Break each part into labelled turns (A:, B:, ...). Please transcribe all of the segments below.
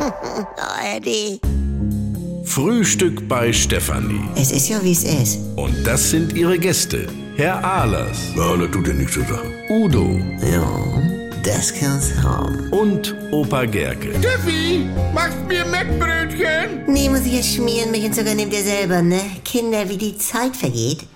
A: Oh, Eddie.
B: Frühstück bei Stefanie.
A: Es ist ja, wie es ist.
B: Und das sind ihre Gäste. Herr Ahlers,
C: Ja, das tut dir nichts zu sagen.
B: Udo
A: Ja, das kann's haben.
B: und Opa Gerke.
D: Steffi, machst mir Mettbrötchen?
A: Nee, muss ich jetzt schmieren, mich und sogar nehmt ihr selber, ne? Kinder, wie die Zeit vergeht.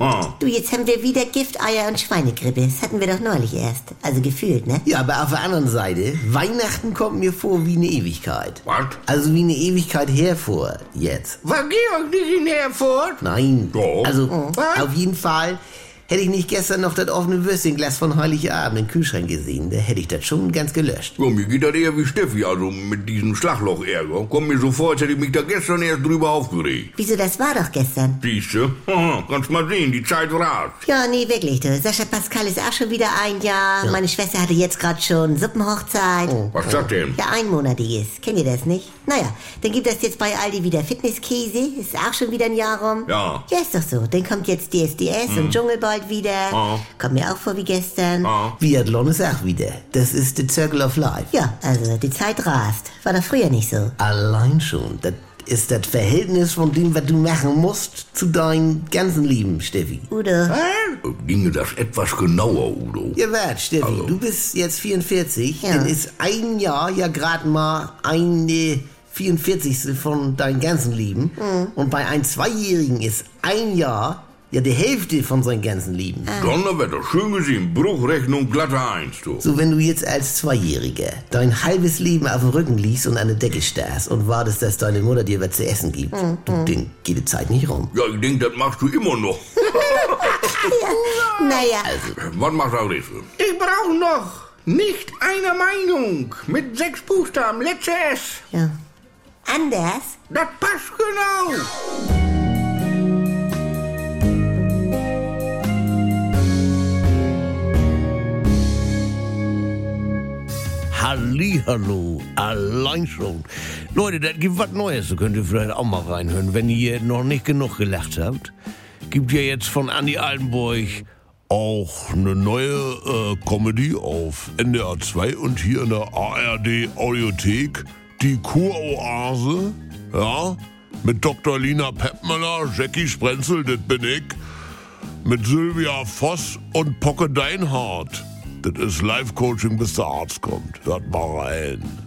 A: Du, jetzt haben wir wieder Gifteier und Schweinegrippe. Das hatten wir doch neulich erst. Also gefühlt, ne?
E: Ja, aber auf der anderen Seite, Weihnachten kommt mir vor wie eine Ewigkeit.
D: Was?
E: Also wie eine Ewigkeit hervor, jetzt.
D: War Georg nicht in Herford?
E: Nein.
D: Doch.
E: Also,
D: Was?
E: auf jeden Fall hätte ich nicht gestern noch das offene Würstchenglas von Heiligabend im Kühlschrank gesehen, da hätte ich das schon ganz gelöscht.
C: Ja, mir geht das eher wie Steffi, also mit diesem Schlagloch-Ärger. Kommt mir so vor, als hätte ich mich da gestern erst drüber aufgeregt.
A: Wieso, das war doch gestern.
C: Siehste? Haha, kannst mal sehen, die Zeit rast.
A: Ja, nee, wirklich, du. Sascha Pascal ist auch schon wieder ein Jahr. Meine Schwester hatte jetzt gerade schon Suppenhochzeit.
C: Was ist das denn?
A: Ja, einmonatiges. Kennt ihr das nicht? Naja, dann gibt das jetzt bei Aldi wieder Fitnesskäse. Ist auch schon wieder ein Jahr rum.
C: Ja. Hm.
A: Ja, ist doch so. Dann kommt jetzt DSDS und Dschungel bald wieder.
C: Ja.
A: Kommt mir auch vor wie gestern.
C: Ah,
E: Biathlon ist auch wieder. Das ist the Circle of Life.
A: Ja, also die Zeit rast. War doch früher nicht so.
E: Allein schon, das ist das Verhältnis von dem, was du machen musst, zu deinem ganzen Leben, Steffi.
A: Udo.
C: Ah. Ginge das etwas genauer, Udo?
E: Ihr wart, Steffi, du bist jetzt 44,
A: Ja.
E: dann ist ein Jahr ja gerade mal eine 44. von deinem ganzen Leben. Und bei einem Zweijährigen ist ein Jahr ja die Hälfte von seinem ganzen Leben.
C: Ah. Donnerwetter, schön gesehen, Bruchrechnung, glatte Eins, du.
E: So, wenn du jetzt als Zweijähriger dein halbes Leben auf dem Rücken liegst und an der Decke starrst und wartest, dass deine Mutter dir was zu essen gibt, du, dann geht die Zeit nicht rum.
C: Ja, ich denk, das machst du immer noch.
A: Naja,
C: Was macht das jetzt?
D: Ich brauch noch nicht einer Meinung mit sechs Buchstaben, letztes S.
A: ja. Anders?
D: Das passt genau.
F: Hallihallo, allein schon. Leute, das gibt was Neues, da könnt ihr vielleicht auch mal reinhören, wenn ihr noch nicht genug gelacht habt. Gibt ja jetzt von Andy Altenburg auch eine neue äh, Comedy auf NDR 2 und hier in der ARD Audiothek, die Kuroase, ja, mit Dr. Lina Peppmüller, Jackie Sprenzel, das bin ich mit Sylvia Voss und Pocke Deinhardt. Das ist Life-Coaching, bis der Arzt kommt. Hört mal rein.